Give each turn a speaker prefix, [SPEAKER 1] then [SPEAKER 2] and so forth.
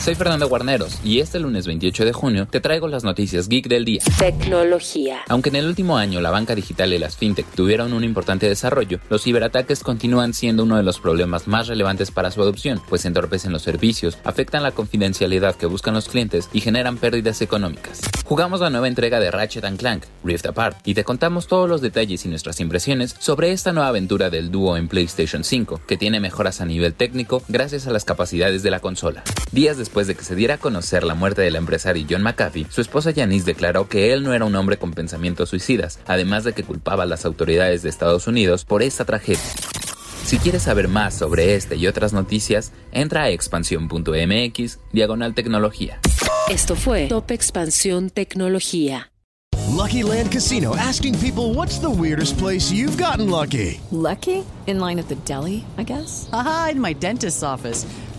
[SPEAKER 1] Soy Fernando Guarneros y este lunes 28 de junio te traigo las noticias geek del día.
[SPEAKER 2] Tecnología.
[SPEAKER 1] Aunque en el último año la banca digital y las fintech tuvieron un importante desarrollo, los ciberataques continúan siendo uno de los problemas más relevantes para su adopción, pues entorpecen los servicios, afectan la confidencialidad que buscan los clientes y generan pérdidas económicas. Jugamos la nueva entrega de Ratchet Clank, Rift Apart, y te contamos todos los detalles y nuestras impresiones sobre esta nueva aventura del dúo en PlayStation 5, que tiene mejoras a nivel técnico gracias a las capacidades de la consola. Días después después de que se diera a conocer la muerte del empresario John McAfee, su esposa Janice declaró que él no era un hombre con pensamientos suicidas, además de que culpaba a las autoridades de Estados Unidos por esta tragedia. Si quieres saber más sobre este y otras noticias, entra a expansión.mx, diagonal tecnología.
[SPEAKER 2] Esto fue Top Expansión Tecnología.
[SPEAKER 3] Lucky Land Casino asking people what's the weirdest place you've gotten lucky.
[SPEAKER 4] Lucky? In line at the deli, I guess.
[SPEAKER 5] Aha, in my dentist's office.